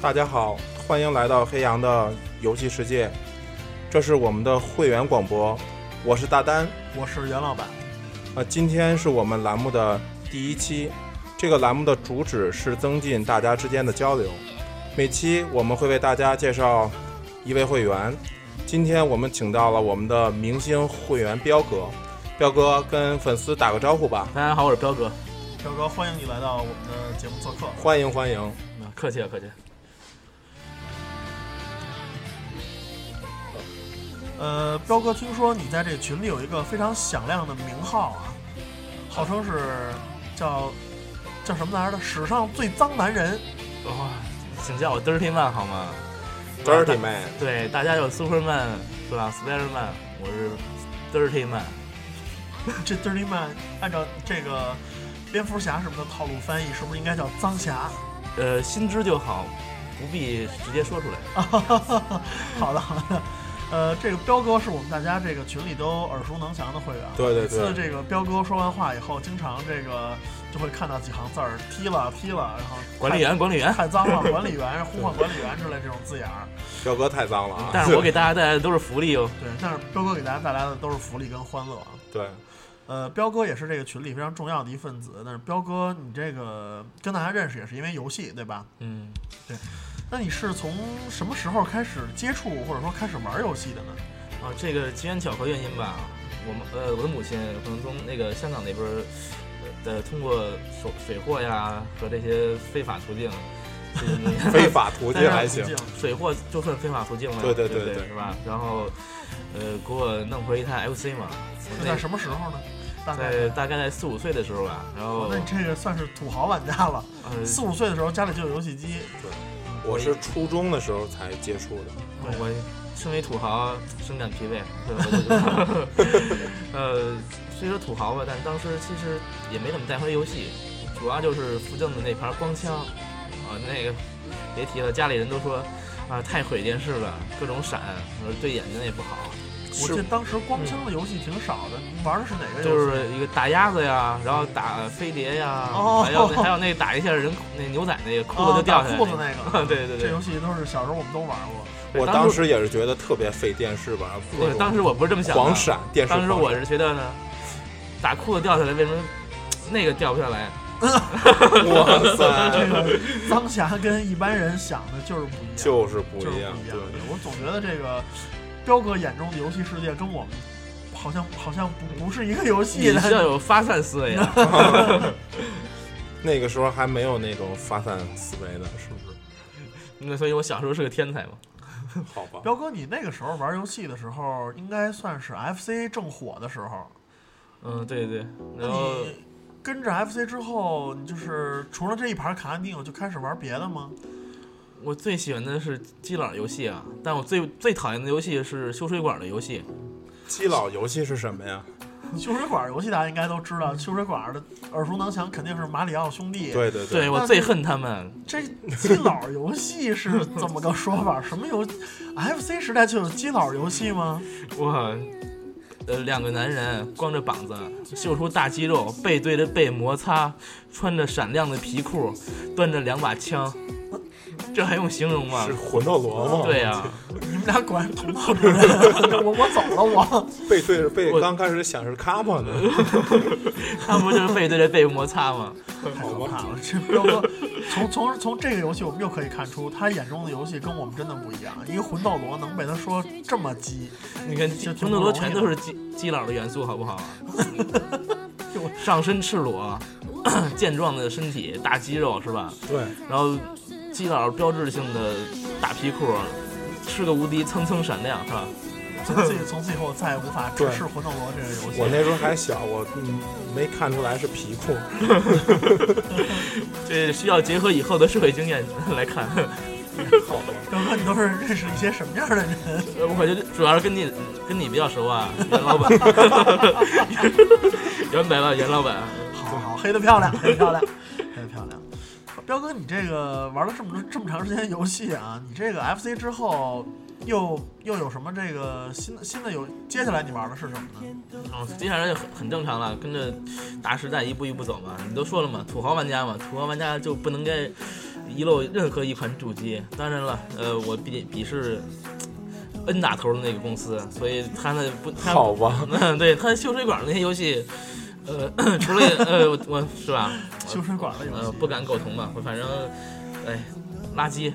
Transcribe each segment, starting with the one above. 大家好，欢迎来到黑羊的游戏世界，这是我们的会员广播，我是大丹。我是袁老板。呃，今天是我们栏目的第一期，这个栏目的主旨是增进大家之间的交流。每期我们会为大家介绍一位会员，今天我们请到了我们的明星会员彪哥，彪哥跟粉丝打个招呼吧，大家好，我是彪哥。彪哥，欢迎你来到我们的节目做客。欢迎欢迎。嗯，客气了，客气。呃，彪哥，听说你在这群里有一个非常响亮的名号啊，号称是叫叫什么来着？史上最脏男人。 哇、哦请叫我 Dirty Man 好吗 Dirty man，对，大家有 Superman 是吧？Spiderman，我是 Dirty Man。这 Dirty Man 按照这个蝙蝠侠什么的套路翻译，是不是应该叫脏侠？ 呃，心知就好，不必直接说出来。好的，好的。呃，这个彪哥是我们大家这个群里都耳熟能详的会员。啊对对每次对，这个彪哥说完话以后，经常这个就会看到几行字儿，踢了踢了，然后管理员，管理员。太脏了，管理员呼唤管理员之类这种字眼儿。彪哥太脏了啊！但是我给大家带来的都是福利哦。对，但是彪哥给大家带来的都是福利跟欢乐啊。 对，呃，彪哥也是这个群里非常重要的一份子。但是彪哥，你这个跟大家认识也是因为游戏，对吧？嗯，那你是从什么时候开始接触或者说开始玩游戏的呢？啊，这个机缘巧合原因吧，我们呃，我的母亲可能从那个香港那边儿，呃，通过水水货呀和这些非法途径，这 个非法途径还行 途。径水货就算非法途径了，对对对对不对是吧？然后，呃，给我弄回一台 FC 嘛，我是在什么时候呢？大那概。哦在大概在四五岁的时候吧，然后那你这个算是土豪玩家了。呃，四五岁的时候家里就有游戏机，我是初中的时候才接触的，我身为土豪深感疲惫， 我就 呃，虽说土豪吧，但当时其实也没怎么带回游戏，主要就是附近的那盘光枪，啊、那个别提了，家里人都说啊、太毁电视了，各种闪，说对眼睛也不好。我记得是当时光枪的游戏挺少的。你玩的是哪个游戏？嗯就是一个打鸭子呀，然后打飞碟呀，哦还有那还有那打一下人那牛仔那个裤子啊就掉下打来、裤子那个。个。 对对这对，游戏都是小时候我们都玩 过。对我当当时也是觉得特别费电视吧，各对种当时我不是这么想的，狂闪电视当狂闪。时我是觉得呢，打裤子掉下来为什么那个掉不下 来？ 哇 这塞，个脏侠跟一般人想的就是不一样，就是不就是一样，对对，我总觉得这个彪哥眼中的游戏世界跟我们好像好像不不是一个游戏你的是。要有发散思维 啊！那个时候还没有那种发散思维呢，是不是？那所以我小时候是个天才嘛。好吧，彪哥，你那个时候玩游戏的时候，应该算是 FC 正火的时候。嗯，对对。那然后你跟着 FC 之后，你就是除了这一盘卡安迪，我就开始玩别的吗？我最喜欢的是基佬游戏啊，但我最最讨厌的游戏是修水管的游戏。基佬游戏是什么呀？修水管游戏大家应该都知道，修水管的耳熟能详肯定是马里奥兄弟。，对对对我最恨他们，这基佬游戏是怎么个说法？什么游？FC 时代就有基佬游戏吗？哇，呃，两个男人光着膀子，秀出大肌肉，背对着背摩擦，穿着闪亮的皮裤，端着两把枪， 这还用形容吗是？魂斗罗吗？对呀、你们俩果然同道中人，我我走了，我背对着背，我刚开始想是卡 巴呢，他不就是背对着背摩擦吗？太可怕了。这彪哥，从从从这个游戏我们又可以看出，他眼中的游戏跟我们真的不一样。一个魂斗罗能被他说这么鸡，你看，这红斗罗全都是基基佬的元素，好不好啊我？上身赤裸， 健壮的身体，大肌肉是吧？对，然后基佬标志性的大皮裤，吃个无敌，蹭蹭闪亮是吧？从此以从此以后我再也无法直视魂斗罗这个游戏。我那时候还小，我嗯没看出来是皮裤，这需要结合以后的社会经验来看。 好吧，彪哥，你都是认识一些什么样的人？呃我觉得主要是跟你跟你比较熟啊，袁老板， 袁白吧，袁老板。好好，黑的漂亮，黑的漂亮，黑的漂亮。彪哥，你这个玩了这么多这么长时间游戏啊，你这个 FC 之后又又有什么这个新的新的游？接下来你玩的是什么呢？嗯，接下来就很很正常了，跟着大时代一步一步走嘛。你都说了嘛，土豪玩家嘛，土豪玩家就不能该遗漏任何一款主机。当然了，呃，我鄙鄙视嘖 N 打头的那个公司，所以他那不，他好吧，嗯， 对他修水管那些游戏，呃， 除了呃，我我是吧，修水管的游戏呃，不敢苟同吧，反正，哎，垃圾，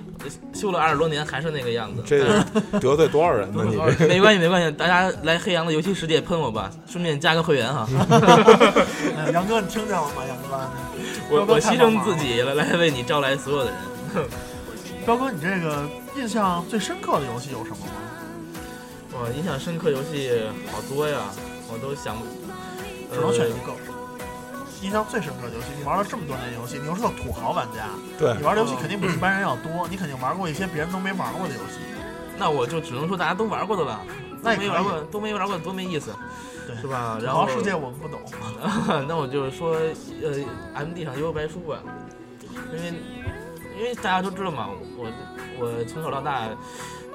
修了二十多年还是那个样子。这但得罪多少人呢？你 这是没关系，没关系，大家来黑羊的游戏世界喷我吧，顺便加个会员哈。哎杨哥，你听见了吗？杨哥，我彪哥我太牺忙牲了自己来来为你招来所有的人。彪哥，你这个印象最深刻的游戏有什么吗？哇，印象深刻游戏好多呀，我都想不，呃只能选一个。印象最深刻的游戏，你玩了这么多年游戏，你又是个土豪玩家，对你玩的游戏肯定比一般人要多，你肯定玩过一些别人都没玩过的游戏。那我就只能说大家都玩过的了，那也没可以玩过都没玩过多没意思，对是吧？土然后豪世界我们不懂， 那我就是说，呃，M D 上也有白书吧，因为因为大家都知道嘛，我我从小到大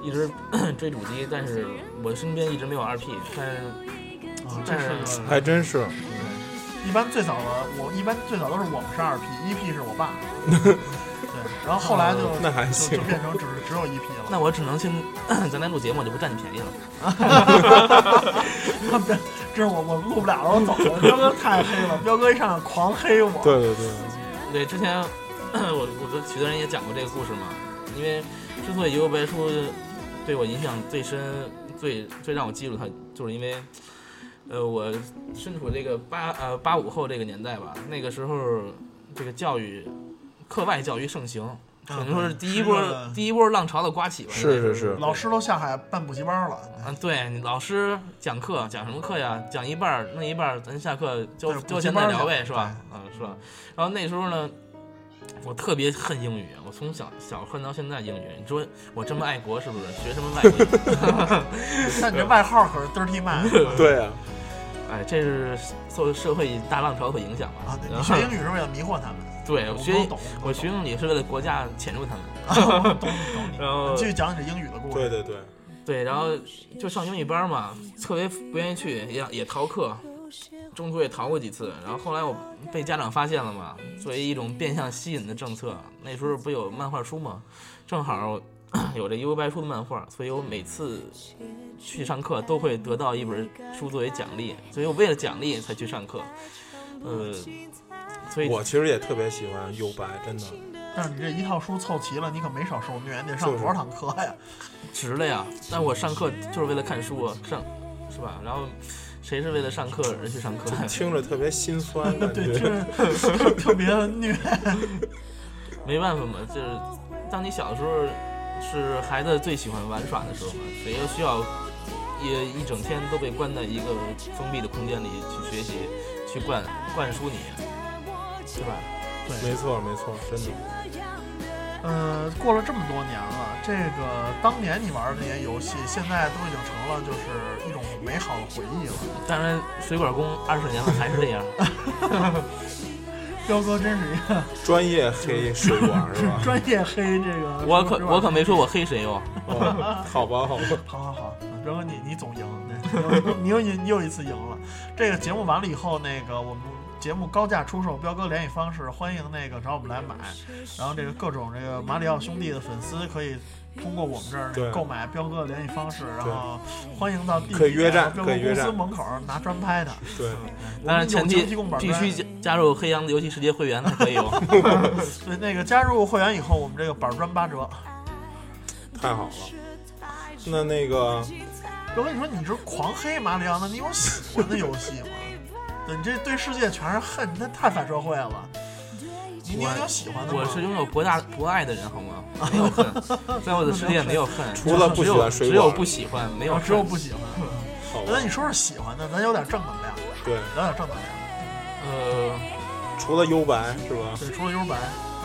一直 追主机，但是我身边一直没有二 P，但是啊这是个还真是一般最早的我一般最早都是我们是二 P，一 P 是我 爸，对，然后后来就哦那还就行就变成只只有一 P 了。 那我只能先 咱俩录节目，我就不占你便宜了。这这是我我录不了了，我走了。彪哥太黑了，彪哥一上来狂黑我。对对对，对，之前 我我跟许多人也讲过这个故事嘛，因为之所以《幽游白书》对我影响最深、最最让我记住它，就是因为，呃，我身处这个八呃八五后这个年代吧，那个时候这个教育课外教育盛行，嗯可能说是第一是波、的第一波浪潮的刮起吧。是应该是是老师都下海办补习 班了，嗯，对你老师讲课讲什么课呀？讲一半儿，弄一半儿，咱下课交对交补习钱班再儿聊讲呗，是吧？嗯，是吧？然后那时候呢，我特别恨英语，我从小小恨到现在英语。你说我这么爱国是不是？学什么外国语？ 但你这外号可是 dirty man 对啊，哎，这是受社会大浪潮所影响啊！吧？对然你后学英语是为了迷惑他们，对，我我学都懂，我学英语是为了国家潜入他们。我懂懂你。然后你继续讲你这英语的故对事。对对，对，然后就上英语班嘛，特别不愿意去，也也逃课，中途也逃过几次。然后后来我被家长发现了嘛，作为一种变相吸引的政策，那时候不有漫画书嘛，正好 有这《幽游白书》的漫画，所以我每次去上课都会得到一本书作为奖励，所以我为了奖励才去上课。呃，所以我其实也特别喜欢幽白，真 的。但是你这一套书凑齐了，你可没少受虐，你得上就是多少堂课呀？值了呀！但我上课就是为了看书啊，上是吧？然后谁是为了上课而去上课 呀？听着特别心 酸，感 对，觉就是特别虐。没办法嘛，就是当你小的时候是孩子最喜欢玩耍的时候嘛，谁又需要一一整天都被关在一个封闭的空间里去学习，去灌灌输你，对吧？没错没错，真的。呃，过了这么多年了，这个当年你玩的那些游戏，现在都已经成了就是一种美好的回忆了。当然，水管 工二十年了还是这样，彪哥真是一个专业黑水管是吧？专业黑这个。我可我可没说我黑谁哦，哦好吧好吧，好好好，彪哥你你总赢，对你又你又一次赢了。这个节目完了以后，那个我们节目高价出售，彪哥联系方式，欢迎那个找我们来买。然后这个各种这个马里奥兄弟的粉丝可以。通过我们这儿对购买彪哥的联系方式，然后欢迎到地铁可以约战彪可哥以约公战司门口拿砖拍他。对，我但们是有前经提济供板必须砖加加入黑羊的游戏世界会员才可以哦。对那个加入会员以后，我们这个板砖八折。太好了。那那个我跟你说，你这狂黑马里奥，那你有喜欢的游戏吗？对你这对世界全是恨，你这太反社会了。你你我有喜欢的吗？我是拥有博大博爱的人，好吗？没有恨，在我的世界没有恨，除了不喜欢水只有管只有不喜欢，没有我恨哦只有不喜欢。好那吧，你说说喜欢的，咱有点正能量，对，有点正能量。呃。除了幽白是吧？对，除了幽白，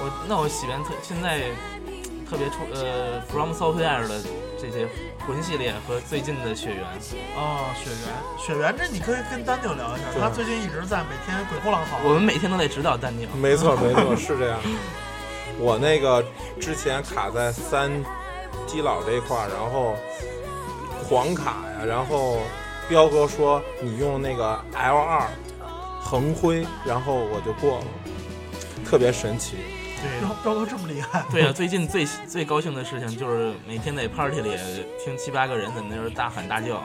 我那我喜欢特现在特别出呃 From Software 的这些魂系列和最近的血缘，哦，雪原，雪原这你可以跟丹九聊一下，对他最近一直在每天鬼哭狼嚎。我们每天都得指导丹尼尔。没错没错，是这样。我那个之前卡在三基佬这一块儿，然后狂卡呀，然后彪哥说你用那个 L 二横挥，然后我就过了，特别神奇。 对彪彪哥这么厉害，对啊，最近最最高兴的事情就是每天在 party 里听七八个人在那儿大喊大叫，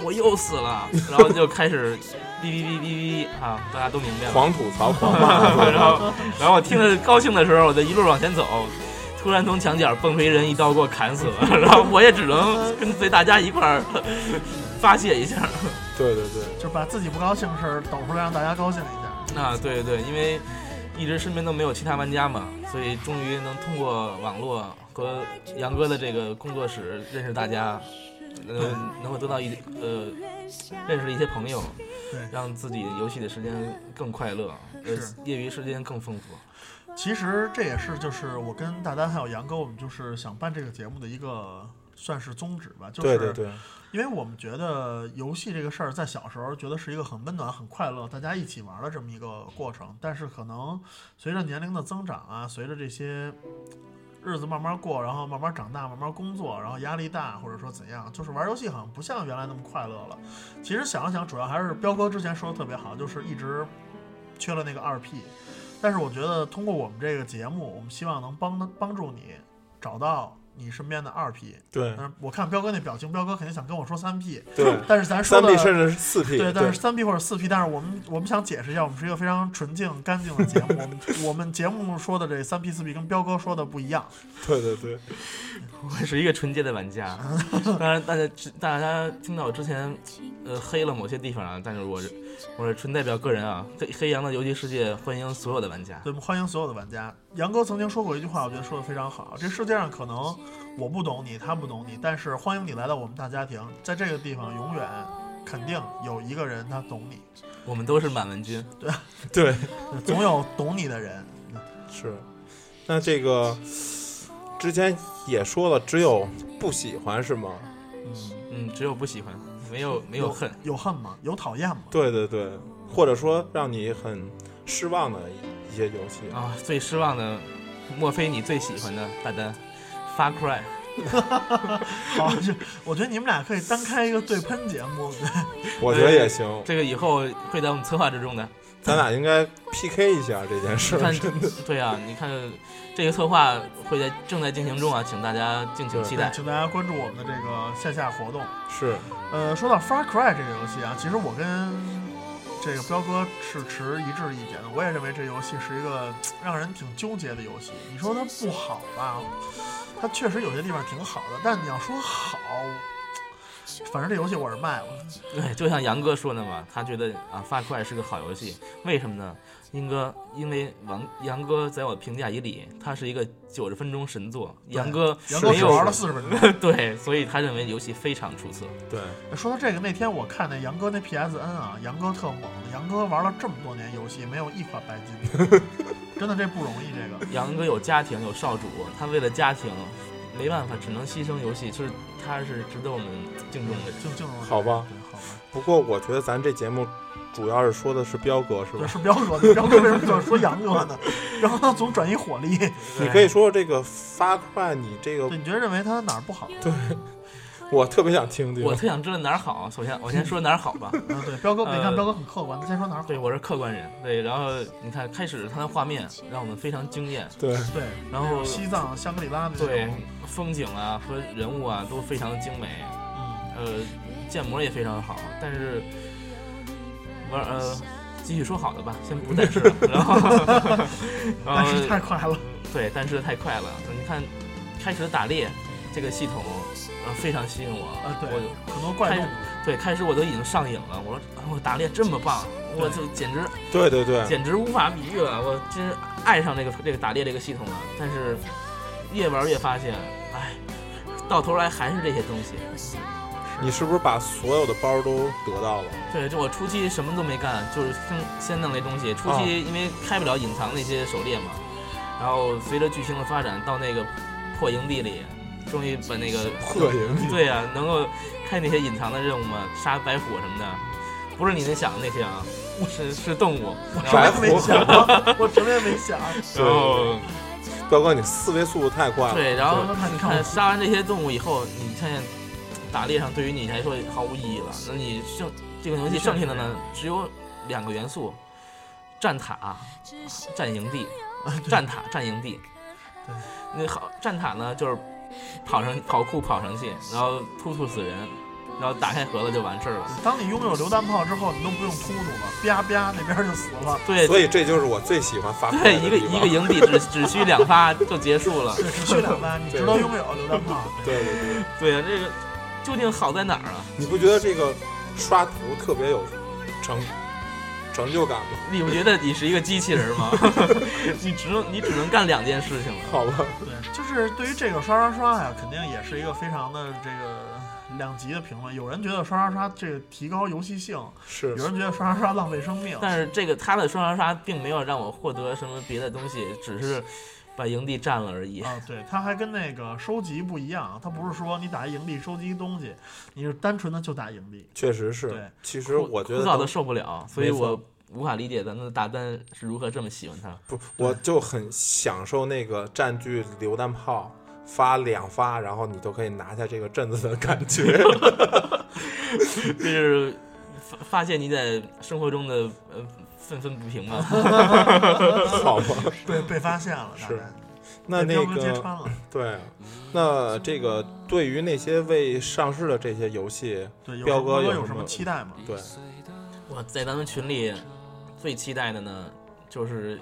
我又死了，然后就开始哔哔哔哔哔啊，大家都明白了。狂吐槽，狂骂。然后，然后我听着高兴的时候，我就一路往前走，突然从墙角蹦出一人，一刀给我砍死了，然后我也只能跟随大家一块儿发泄一下。对对对，就是把自己不高兴的事儿抖出来让大家高兴一下。啊，对对，因为一直身边都没有其他玩家嘛，所以终于能通过网络和杨哥的这个工作室认识大家，呃，能够得到一呃认识了一些朋友，对让自己游戏的时间更快乐，呃是，业余时间更丰富。其实这也是就是我跟大丹还有杨哥，我们就是想办这个节目的一个算是宗旨吧，就对是对对，因为我们觉得游戏这个事儿，在小时候觉得是一个很温暖、很快乐，大家一起玩儿的这么一个过程。但是可能随着年龄的增长啊，随着这些日子慢慢过，然后慢慢长大，慢慢工作，然后压力大，或者说怎样，就是玩游戏好像不像原来那么快乐了。其实想了想，主要还是彪哥之前说的特别好，就是一直缺了那个二 P。但是我觉得通过我们这个节目，我们希望能帮帮助你找到你身边的二 P。对但是我看彪哥那表情，彪哥肯定想跟我说三 P，嗯对，但是咱三说的 P 甚至是四 P，对，但是三 P 或者四 P，但是我们我们想解释一下，我们是一个非常纯净干净的节目，我们我们节目说的这三 P 四 P 跟彪哥说的不一样，对对对，我 是一个纯洁的玩家，当然大家知大家听到我之前呃黑了某些地方啊，但是我是我是纯代表个人啊，黑黑羊的游戏世界欢迎所有的玩家。对，我们欢迎所有的玩家。杨哥曾经说过一句话，我觉得说的非常好，这世界上可能我不懂你，他不懂你，但是欢迎你来到我们大家庭，在这个地方永远肯定有一个人他懂你，我们都是满文军，对总有懂你的人。是。那这个之前也说了，只有不喜欢是吗？嗯，嗯，只有不喜欢，没有没有恨。有恨吗？有讨厌吗？对对对，或者说让你很失望的一一些游戏，啊、最失望的，莫非你最喜欢的大丹，Far Cry？好，就我觉得你们俩可以单开一个对喷节目，我觉得也行。哎这个以后会在我们策划之中的。咱俩应该 PK 一下这件事你儿看。，对啊，你看这个策划会在正在进行中啊，请大家敬请期待。请大家关注我们的这个线下活动。是，呃，说到 Far Cry 这个游戏啊，其实我跟这个彪哥是持一致意见的，我也认为这游戏是一个嘖让人挺纠结的游戏。你说它不好吧，它确实有些地方挺好的，但你要说好，嘖反正这游戏我是卖了。对，就像杨哥说的嘛，他觉得啊，Far Cry 是个好游戏，为什么呢？英哥，因为王杨哥在我评价里里，他是一个九十分钟神作，杨哥杨哥没只有玩了四十分钟。对，所以他认为游戏非常出色。对，说到这个，那天我看那杨哥那 PSN 啊，杨哥特猛，杨哥玩了这么多年游戏，没有一款白金的， 真的这不容易。这个杨哥有家庭，有少主，他为了家庭，没办法，只能牺牲游戏。就是他是值得我们敬重的人。就就容易，好吧对，好吧。不过我觉得咱这节目主要是说的是彪哥，是吧对，？是彪哥的，彪哥为什么总说杨哥呢？ 然后他总转移火 力，你可以说说这个发快，你这个对，你觉得认为他哪儿不好？对，我特别想听听我。特想知道哪儿好，首先我先说哪儿好吧。嗯，对，彪哥，你看呃彪哥很客观，他先说哪儿好？对，我是客观人。对，然后你看，开始他的画面让我们非常惊艳，对，对，然后西藏、香格里拉的这对种，风景啊和人物啊都非常精美，嗯，呃，建模也非常好，但是玩呃。继续说好的吧，先不但是 了，然后，然但后是太快了，对，但是太快了。你看，开始打猎这个系统，呃，非常吸引我。啊，对我，很多怪开动始，对开始我都已经上瘾了。我说，啊我打猎这么棒，我就简直对对对，简直无法比喻了。我真是爱上这个这个打猎这个系统了。但是越玩越发现，哎，到头来还是这些东西。你是不是把所有的包都得到了？对，就我初期什么都没干，就是先先弄那东西。初哦期因为开不了隐藏那些狩猎嘛，然后随着剧情的发展，到那个破营地里，终于把那个破营 地对啊，能够开那些隐藏的任务嘛，杀白虎什么的，不是你能想的那些啊，是是动物。 白然后虎我没想过，我从来没想，然后彪哥，你思维速度太快了。 对，然后对你哦 看呃杀完这些动物以后，你看见打猎上对于你来说毫无意义了。那你剩这个游戏剩下的呢，只有两个元素：战塔、战营地。占塔占营地。对，那好占塔呢，就是跑上跑酷跑上去，然后突突死人，然后打开盒子就完事儿了。当你拥有榴弹炮之后，你都不用突突了，啪啪那边就死了。对所以这就是我最喜欢发火的对，一个地一方个营地只只需两发就结束了。对，只需两发，你直到拥有榴弹炮。对对对，对啊，这个究竟好在哪儿啊？你不觉得这个刷图特别有成成就感吗？你不觉得你是一个机器人吗？ 你只能你只能干两件事情了。好吧，对，就是对于这个刷刷刷呀，肯定也是一个非常的这个两极的评论。有人觉得刷刷刷这个提高游戏性，是有人觉得刷刷刷浪费生命。但是这个他的双杀杀并没有让我获得什么别的东西，只是把营地占了而已。啊，对，它还跟那个收集不一样，它不是说你打一营地收集东西，你是单纯的就打营地。确实是对。其实我觉得枯燥的都受不了，所以没错我无法理解咱们的大丹是如何这么喜欢他。不，我就很享受那个占据榴弹炮发两发，然后你都可以拿下这个镇子的感觉。就是发发现你在生活中的呃愤愤不平嘛。好吧，对，被发现了，大是概那被那彪哥揭个穿了。对，那这个对于那些未上市的这些游戏，对，有彪什么哥有有什什么么期待吗？对， 我在咱们群里最期待的呢，就是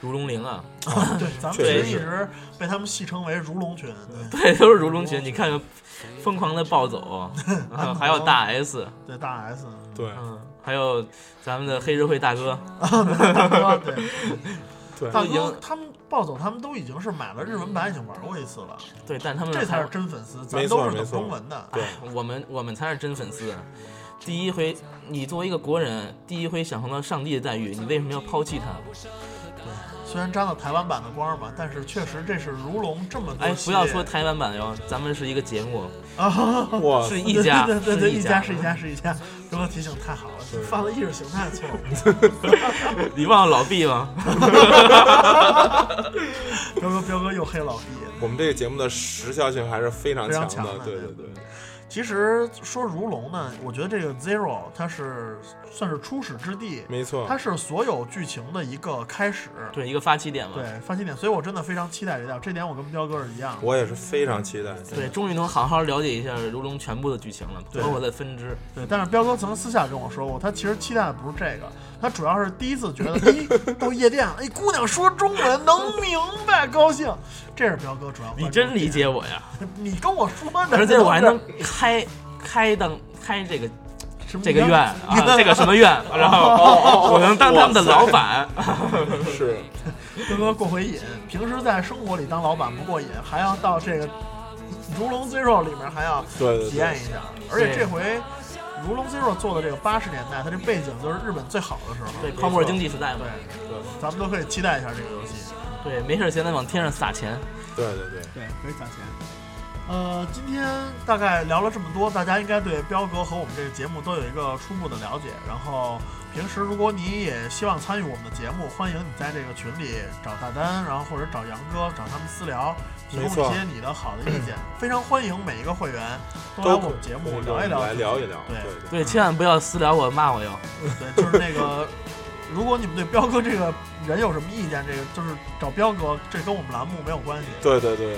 如龙零啊， 对，咱们确实群一是直被他们戏称为“如龙群”，对对， 都是如龙群。你看，疯狂的 暴走，啊还有大 S，对，大 S，对嗯，还有咱们的黑社会大哥，大哥， 对，对大都已经哥，他们暴走，他们都已经是买了日文版，已经玩过一次了，对，但他们这才是还真粉丝，咱没错都是没等错中文的。对，我们我们才是真粉丝。第一回，你作为一个国人，第一回享受到上帝的待遇，你为什么要抛弃他？虽然沾了台湾版的光吧，但是确实这是如龙这么多哎，系不列要说台湾版哟，咱们是一个节目，啊， 哇，是一家，对对对对，一家家是一。家是一家，如何提醒太好了，犯了意识形态错误。 你忘了老毕吗？彪哥，彪哥又黑老弟。我们这个节目的时效性还是非常非常强强的，的对对对对，其实说如龙呢，我觉得这个 Zero 它是算是初始之地，没嗯错它，是所有剧情的一个开始，对，一个发起点嘛。对发起点，所以我真的非常期待这点，这点我跟彪哥是一样的。我也是非常期待。真的对，终于能好好了解一下如龙全部的剧情了，包括的分支。对，但是彪哥曾私下跟我说过，他其实期待的不是这个，他主要是第一次觉 得，哎，到夜店了，哎，姑娘说中文能明白，高兴，这是彪哥主要。你真理，解我呀！你跟我说的，而且我还能开开当开这个什么这个院样啊，这个什么院，然后我能当他们的老板。是彪哥过回瘾，平时在生活里当老板不过瘾，还要到这个《如龙 Zero》里面还要对对体验对，一下。而且对这回《如龙 Zero》做的这个八十年代，它这背景就是日本最好的时候。对，泡沫经济时代嘛对。咱们都可以期待一下这个游戏。对，没事儿闲在往天上撒钱。对对对，对，可以攒钱。呃，今天大概聊了这么多，大家应该对彪哥和我们这个节目都有一个初步的了解。然后，平时如果你也希望参与我们的节目，欢迎你在这个群里找大丹，然后或者找杨哥，找他们私聊，提没供错一些你的好的意见。非常欢迎每一个会员都来都我们节目可以聊一跟我们聊来自己，聊一聊，对对对。对，千万不要私聊我骂我哟。对，就是那个，如果你们对彪哥这个人有什么意见，这个就是找彪哥，这跟我们栏目没有 关系。对对对对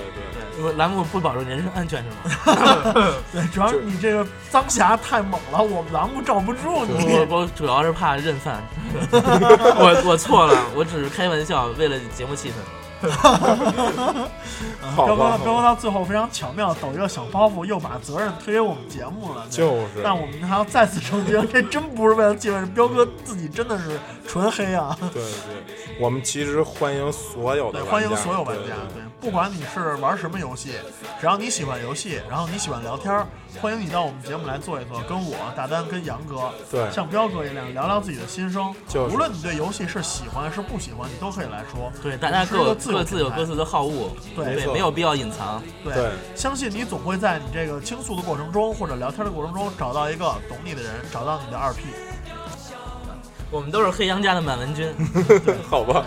我栏目不保证人身安全是吗？对，主要就是你这个脏侠太猛了，我们栏目罩不住我你。我主要是怕认犯，我我错了，我只是开玩笑，为了节目气氛。好嗯彪吧哥，彪哥到最后非常巧妙抖一个小包袱，又把责任推给我们节目了。对就是但我们还要再次澄清，这真不是为了气氛，是彪哥自己真的是纯黑啊！对对对，我们其实欢迎所有对，的玩家，欢迎所有玩对家，对对，不管你是玩什么游戏，只要你喜欢游戏，然后你喜欢聊天儿，欢迎你到我们节目来坐一坐，跟我大丹、跟杨哥，对像彪哥一样聊聊自己的心声。就是无论你对游戏是喜欢是不喜欢，你都可以来说。对，大家是各一有个自由各自有平台各自的好恶，对没错没有必要隐藏。对，对相信你总会在你这个倾诉的过程中，或者聊天的过程中，找到一个懂你的人，找到你的二 P。我们都是黑羊家的满文军，好吧，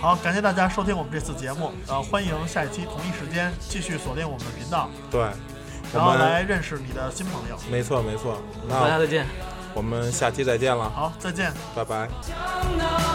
好，感谢大家收听我们这次节目，呃，欢迎下一期同一时间继续锁定我们的频道，对，我然后来嗯们认识你的新朋友。没错没错，大家那再见。我们下期再见了，好，再见。拜拜。 don't know